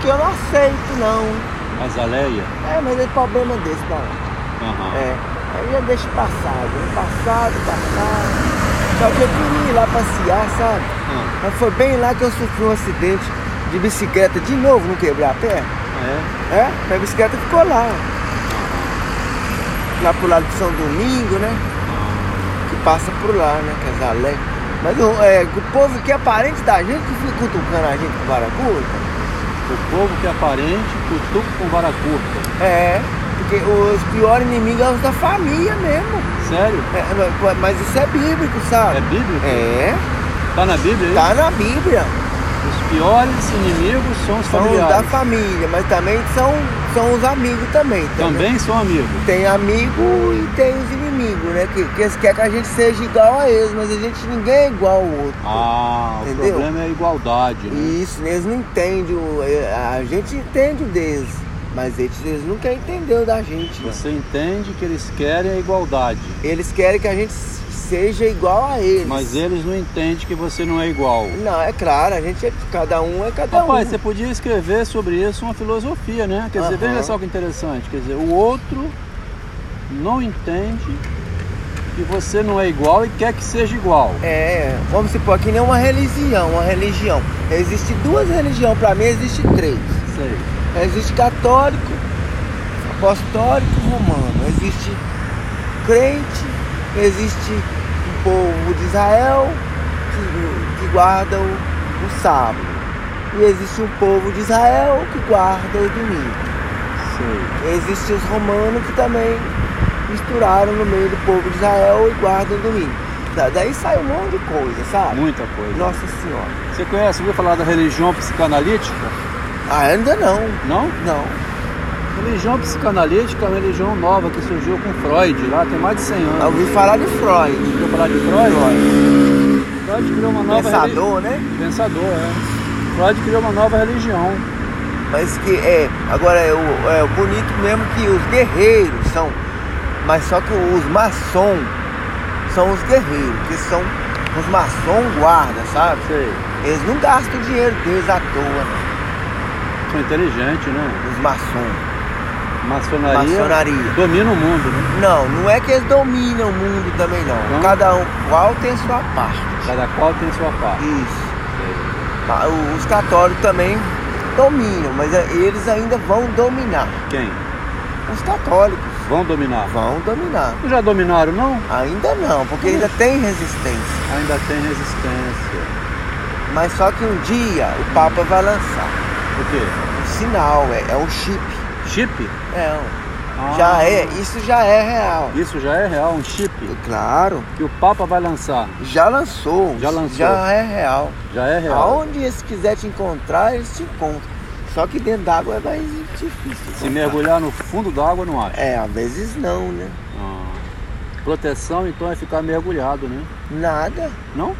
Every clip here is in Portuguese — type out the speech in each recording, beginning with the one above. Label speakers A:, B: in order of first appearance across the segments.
A: que eu não aceito, não.
B: Azaleia?
A: É, mas é problema desse, não.
B: Aham.
A: É, aí eu deixo passado, passado, passado. Só que eu queria ir lá passear, sabe?
B: Ah,
A: Mas foi bem lá que eu sofri um acidente de bicicleta de novo no quebrar-pé.
B: é?
A: É, minha bicicleta ficou lá. Lá pro lado de São Domingo, né?
B: Ah,
A: Que passa por lá, né? Casalé. Mas o, é, o povo que é parente da gente que fica cutucando a gente com vara curta.
B: O povo que é parente, cutuca com vara curta.
A: É, porque os piores inimigos são os da família mesmo.
B: Sério?
A: É, mas- mas isso é bíblico,
B: É
A: sabe?
B: bíblico?
A: É,
B: Tá na Bíblia? aí?
A: tá na Bíblia.
B: Os piores inimigos são os
A: São os da
B: familiares.
A: família, mas também são, são os amigos também. entendeu?
B: Também são amigos.
A: Tem amigo e tem os inimigos, né? Que, que eles querem que a gente seja igual a eles, mas a gente ninguém é igual ao outro.
B: Ah,
A: Entendeu?
B: o problema é a igualdade, né?
A: Isso, eles não entendem, o- é, a gente entende o deles, mas eles, eles nunca entendeu da gente. né?
B: Você entende que eles querem a igualdade,
A: Eles querem que a gente seja igual a eles.
B: mas eles não entendem que você não é igual.
A: Não, é claro, a gente é, cada um é cada
B: Então, Rapaz,
A: um.
B: você podia escrever sobre isso uma filosofia, né? Quer dizer,
A: Aham.
B: veja só que interessante. Quer dizer, o outro não entende que você não é igual e quer que seja igual.
A: É, vamos supor que nem uma religião, uma religião. Existe duas religiões, pra mim existe três.
B: Sei.
A: Existe católico, apostólico e romano. Existe crente, existe o povo de Israel que, que guarda o, o sábado. E existe o povo de Israel que guarda o domingo.
B: Sei.
A: Existe os romanos que também misturaram no meio do povo de Israel e guardam o domingo. Da- Daí sai um monte de coisa, sabe?
B: Muita coisa.
A: Nossa Senhora.
B: Tá. Você conhece, ouviu falar da religião psicanalítica?
A: Ah, ainda não.
B: Não?
A: Não.
B: Religião psicanalítica é uma religião nova que surgiu com Freud, lá tem mais de 100 anos.
A: Eu ouvi falar de Freud.
B: Ouviu falar de Freud? Freud criou uma nova religião.
A: Pensador, né?
B: Pensador, é. Freud criou uma nova religião.
A: Mas que é, agora é o, é o bonito mesmo que os guerreiros são, mas só que os maçons são os guerreiros, que são os maçons guarda, sabe?
B: Sei.
A: Eles não gastam o dinheiro deles à toa,
B: São inteligentes, é né?
A: os maçons.
B: Maçonaria,
A: Maçonaria.
B: domina o mundo, né?
A: Não, não é que eles dominam o mundo também não.
B: Não?
A: Cada um qual tem a sua parte.
B: Cada qual tem sua parte.
A: Isso. Ah, o- Os católicos também dominam, mas é, eles ainda vão dominar.
B: Quem?
A: Os católicos
B: Vão dominar.
A: vão dominar.
B: Não já dominaram, não?
A: Ainda não, porque ainda tem resistência.
B: Ainda tem resistência.
A: Mas só que um dia o Papa vai lançar
B: O quê?
A: um sinal, é, é um chip.
B: Chip?
A: É, um-
B: Ah,
A: já é, isso já é real.
B: Isso já é real, um chip
A: Claro,
B: que o Papa vai lançar.
A: já lançou.
B: Já lançou.
A: Já é real.
B: Já é real.
A: Aonde eles quiserem te encontrar, eles te encontram. Só que dentro d'água é mais difícil.
B: Se
A: encontrar.
B: mergulhar no fundo da água, não acha.
A: É, às vezes não, né?
B: Ah. Proteção, então, é ficar mergulhado, né?
A: Nada.
B: Não?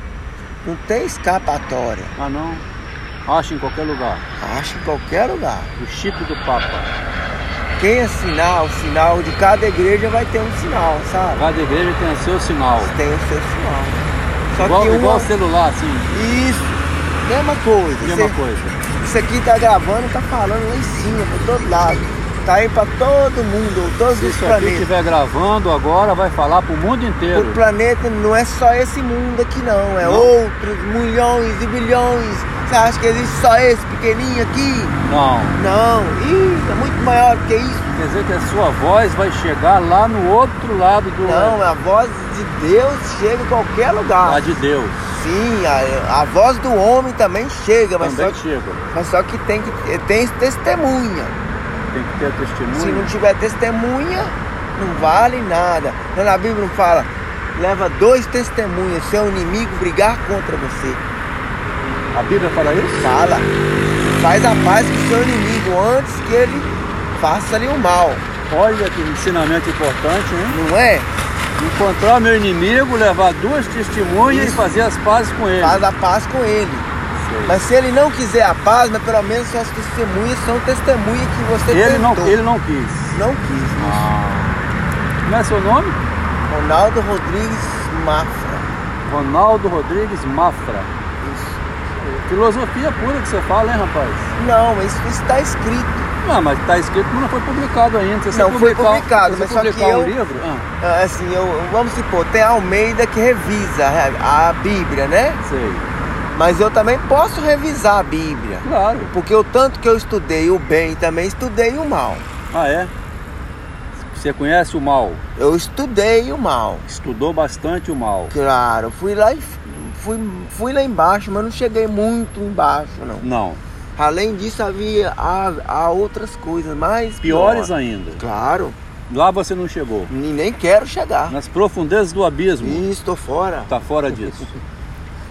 A: Não tem escapatória.
B: Ah, não. Acha em qualquer lugar.
A: Acha em qualquer lugar.
B: O chip do Papa.
A: Quem assinar o sinal de cada igreja vai ter um sinal, sabe?
B: Cada igreja tem o seu sinal.
A: Tem o seu sinal. Só
B: Igual,
A: que Tá uma...
B: igual celular, assim.
A: Isso. Mesma coisa.
B: Mesma
A: Cê-
B: coisa.
A: Isso aqui tá gravando, tá falando lá em cima, pra todo lado. Tá aí pra todo mundo, todos
B: Se
A: os
B: isso aqui
A: planetas.
B: estiver gravando agora, vai falar pro mundo
A: O
B: inteiro.
A: planeta não é só esse mundo aqui não, é
B: Não?
A: outros milhões e bilhões. Você acha que existe só esse pequenininho aqui?
B: Não.
A: Não, Ih, é muito maior do que isso.
B: Quer dizer que a sua voz vai chegar lá no outro lado do
A: Não, a voz de Deus chega em qualquer
B: lá
A: lugar.
B: de Deus.
A: Sim, a, a voz do homem também chega, mas,
B: Também
A: só,
B: chega.
A: mas só que tem que tem testemunha.
B: Tem que ter
A: Se não
B: testemunho.
A: tiver testemunha, não vale nada. Lá Na Bíblia não fala, leva dois testemunhas, seu inimigo brigar contra você.
B: A Bíblia fala isso?
A: Fala, faz a paz com o seu inimigo antes que ele faça-lhe o mal,
B: Olha que ensinamento importante, hein?
A: não é?
B: Encontrar meu inimigo, levar duas testemunhas
A: Isso.
B: e fazer as pazes com ele.
A: Faz a paz com ele.
B: Sei.
A: Mas se ele não quiser a paz, mas pelo menos suas testemunhas são testemunhas que você
B: ele, não,
A: tentou.
B: ele não quis.
A: não quis.
B: Como é seu nome?
A: Ronaldo Rodrigues Mafra.
B: Ronaldo Rodrigues Mafra.
A: Isso.
B: Filosofia pura que você fala, hein, rapaz?
A: Não, isso está escrito.
B: Não, mas está escrito, mas não foi publicado ainda. Se Você
A: Não, foi
B: publicar-
A: publicado,
B: se
A: mas
B: você
A: só que
B: publicar um
A: eu-
B: livro? Ah,
A: Ah, Assim, eu, vamos supor, tem a Almeida que revisa a, a Bíblia, né?
B: Ah, sei.
A: Mas eu também posso revisar a Bíblia.
B: Claro.
A: Porque o tanto que eu estudei o bem, também estudei o mal.
B: Ah, é? Você conhece o mal?
A: Eu estudei o mal.
B: Estudou bastante o mal?
A: Claro, fui lá e f- fui, fui lá embaixo, mas não cheguei muito embaixo, não.
B: Não.
A: Além disso, havia há, há outras coisas mais
B: Piores
A: piores.
B: ainda.
A: Claro,
B: Lá você não chegou.
A: nem, nem quero chegar.
B: Nas profundezas do abismo.
A: Ih, estou fora.
B: Tá fora disso.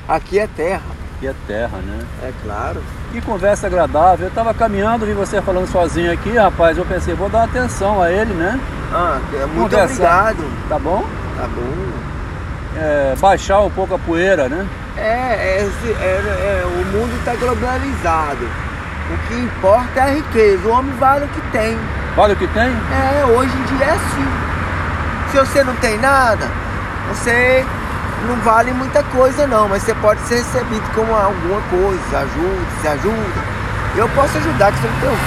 A: Aqui é terra.
B: E é terra, né?
A: É claro.
B: Que conversa agradável. Eu tava caminhando, vi você falando sozinho aqui, rapaz. Eu pensei, vou dar atenção a ele, né?
A: Ah, é muito
B: Conversa.
A: obrigado.
B: Tá bom?
A: Tá bom.
B: É, baixar um pouco a poeira, né?
A: É, é, se- é- é, o mundo está globalizado. O que importa é a riqueza. O homem vale o que tem.
B: Vale o que tem?
A: É, hoje em dia é assim. Se você não tem nada, você não vale muita coisa não, mas você pode ser recebido como alguma coisa, ajuda, se ajuda. Eu posso ajudar, que se eu tenho-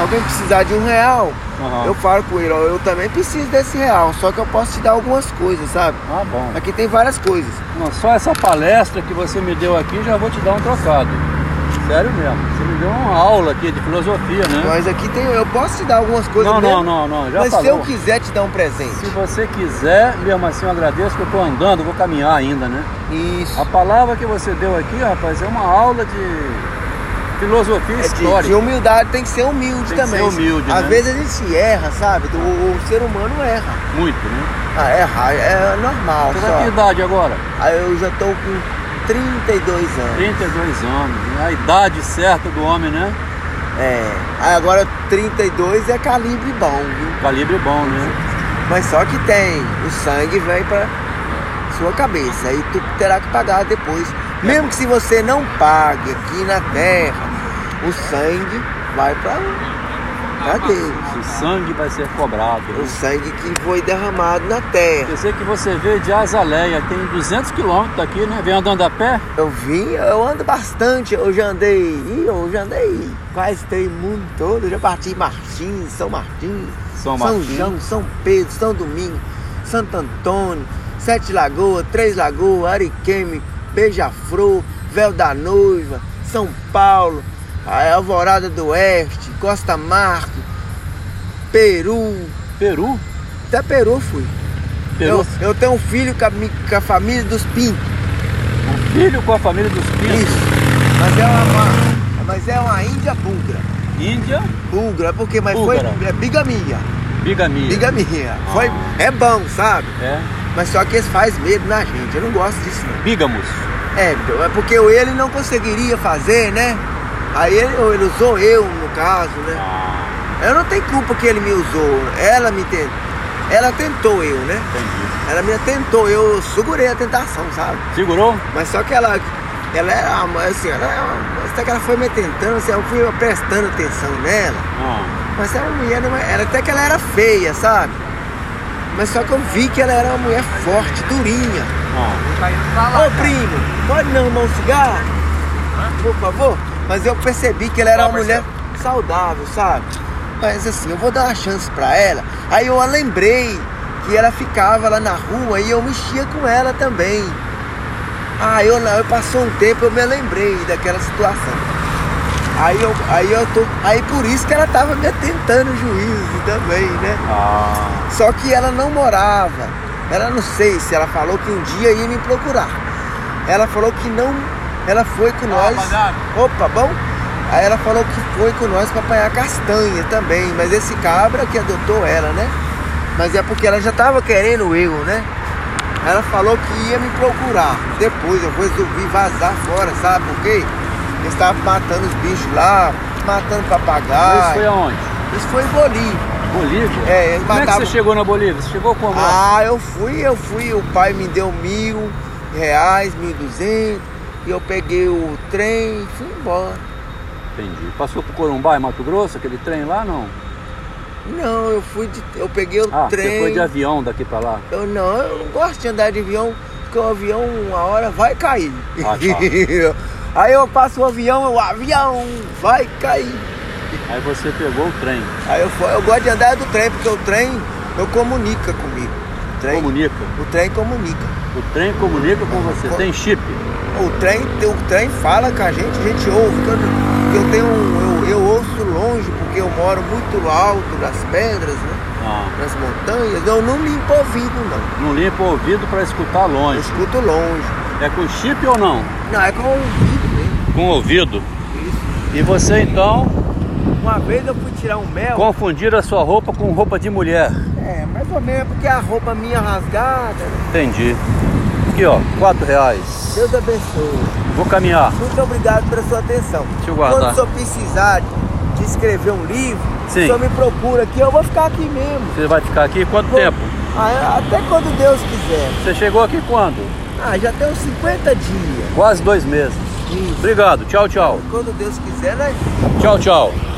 A: alguém precisar de um real,
B: Aham.
A: eu falo com ele, ó, eu também preciso desse real, só que eu posso te dar algumas coisas, sabe?
B: Ah, bom.
A: Aqui tem várias coisas.
B: Não, só essa palestra que você me deu aqui já vou te dar um trocado. Sério mesmo. Você me deu uma aula aqui de filosofia, né?
A: Mas aqui tem, eu posso te dar algumas coisas
B: Não,
A: mesmo,
B: não, não, não. Já
A: mas se eu
B: falou.
A: quiser te dar um
B: Se
A: presente.
B: você quiser, mesmo assim eu agradeço que eu tô andando, eu vou caminhar ainda, né?
A: Isso.
B: A palavra que você deu aqui, rapaz, é uma aula de filosofia
A: É de- De,
B: histórica.
A: humildade, tem que ser humilde
B: Tem que
A: também.
B: ser humilde,
A: Às
B: né?
A: vezes a gente erra, sabe? O, o ser humano erra.
B: Muito, né?
A: Ah, erra, é normal.
B: Você tá que
A: Só.
B: idade agora?
A: Aí eu já tô com 32 anos.
B: 32 anos. né? A idade certa do homem, né?
A: É. Aí agora 32 é calibre bom, viu?
B: Calibre bom, né?
A: Mas só que tem. O sangue vem pra sua cabeça. Aí tu terá que pagar depois. Mesmo que se você não pague aqui na terra, o sangue vai pra, pra Deus.
B: O sangue vai ser cobrado.
A: O
B: Né?
A: sangue que foi derramado na terra.
B: Eu sei que você veio de Azaleia, tem 200 quilômetros daqui, né? Vem andando a pé?
A: Eu vim, eu ando bastante, eu já andei, ih, eu já andei quase tem mundo todo, eu já parti em Martins, São Martins,
B: São Martins.
A: João, São Pedro, São Domingo, Santo Antônio, Sete Lagoas, Três Lagoas, Ariqueme, Beija-Flor, Véu da Noiva, São Paulo, a Alvorada do Oeste, Costa Marco, Peru,
B: Peru?
A: até Peru fui.
B: Peru?
A: Eu, eu tenho um filho com a, mi- com a família dos Pintos.
B: Um filho com a família dos
A: Isso.
B: Pintos?
A: Mas é uma, mas é uma Índia búlgara.
B: Índia,
A: Búlgara, porque mas foi
B: Búlgara.
A: é bigamia.
B: bigamia.
A: Bigamia. Foi é bom, sabe?
B: É,
A: Mas só que eles faz medo na gente. Eu não gosto disso não.
B: bigamos.
A: É, é porque eu- ele não conseguiria fazer, né? Aí ele, ou ele usou eu, no caso, né?
B: Ah,
A: Eu não tenho culpa que ele me usou. Ela me tentou. Ela tentou eu, né?
B: entendi.
A: Ela me tentou, eu segurei a tentação, sabe?
B: Segurou?
A: Mas só que ela, ela era uma, assim, ela era uma, até que ela foi me tentando, assim, eu fui prestando atenção nela.
B: Ah,
A: Mas ela é mulher, não era, até que ela era feia, sabe? Mas só que eu vi que ela era uma mulher forte, durinha.
B: ah.
A: Ô primo, pode me arrumar um cigarro? Por favor? Mas eu percebi que ela era uma mulher saudável, sabe? Mas assim, eu vou dar uma chance pra ela. Aí eu a lembrei que ela ficava lá na rua e eu mexia com ela também. Ah, eu, lá- eu passou um tempo, eu me lembrei daquela situação. Aí eu, aí eu tô. Aí por isso que ela tava me atentando o juízo também, né?
B: Ah,
A: Só que ela não morava. Ela não sei se ela falou que um dia ia me procurar. Ela falou que não. Ela foi com nós.
B: rapaziada.
A: Opa, bom? Aí ela falou que foi com nós para apanhar castanha também. Mas esse cabra que adotou ela, né? Mas é porque ela já tava querendo eu, né? Ela falou que ia me procurar. Depois eu resolvi vazar fora, sabe por quê? Eles estavam matando os bichos lá, matando
B: isso foi
A: papagaio.
B: aonde?
A: Isso foi em Bolívia.
B: Bolívia?
A: É, eles
B: Como é que
A: matavam-
B: você chegou na Bolívia? Você chegou como?
A: Ah, eu fui, eu fui, o pai me deu mil reais, mil e duzentos, e eu peguei o trem e fui embora.
B: Entendi. Passou por Corumbá, em Mato Grosso, aquele trem lá, não?
A: Não, eu fui de. Eu peguei o
B: Ah,
A: trem.
B: você foi de avião daqui pra lá.
A: Eu não, eu não gosto de andar de avião, porque o avião uma hora vai cair.
B: Ah, tá.
A: Aí eu passo o avião, o avião vai cair.
B: Aí você pegou o trem,
A: Aí eu, fo- eu gosto de andar do trem, porque o trem eu comunica comigo. O trem
B: comunica.
A: O trem comunica.
B: O trem comunica com você. Tem chip.
A: O trem, o trem fala com a gente, a gente ouve. que Eu, que eu tenho um- eu, eu ouço longe, porque eu moro muito alto nas pedras, né?
B: Ah,
A: nas montanhas. Eu não limpo ouvido, não.
B: não limpa o ouvido para escutar
A: Eu
B: longe.
A: escuto longe.
B: É com chip ou não?
A: Não, é com o ouvido mesmo.
B: Com o ouvido.
A: Isso.
B: E você então
A: Uma vez eu fui tirar um mel.
B: confundir a sua roupa com roupa de mulher.
A: É, mais ou menos, porque a roupa minha rasgada. né?
B: Entendi. Aqui ó, quatro reais.
A: Deus abençoe.
B: Vou caminhar.
A: Muito obrigado pela sua atenção.
B: Deixa eu guardar.
A: Quando o senhor precisar de escrever um livro,
B: Sim.
A: o senhor me procura aqui, eu vou ficar aqui mesmo.
B: Você vai ficar aqui quanto
A: Vou-
B: tempo?
A: Ah, até quando Deus quiser.
B: Você chegou aqui quando?
A: Ah, já tem uns 50 dias.
B: Quase dois meses.
A: Isso.
B: Obrigado. Tchau, tchau.
A: Quando Deus quiser, né?
B: Tchau, tchau.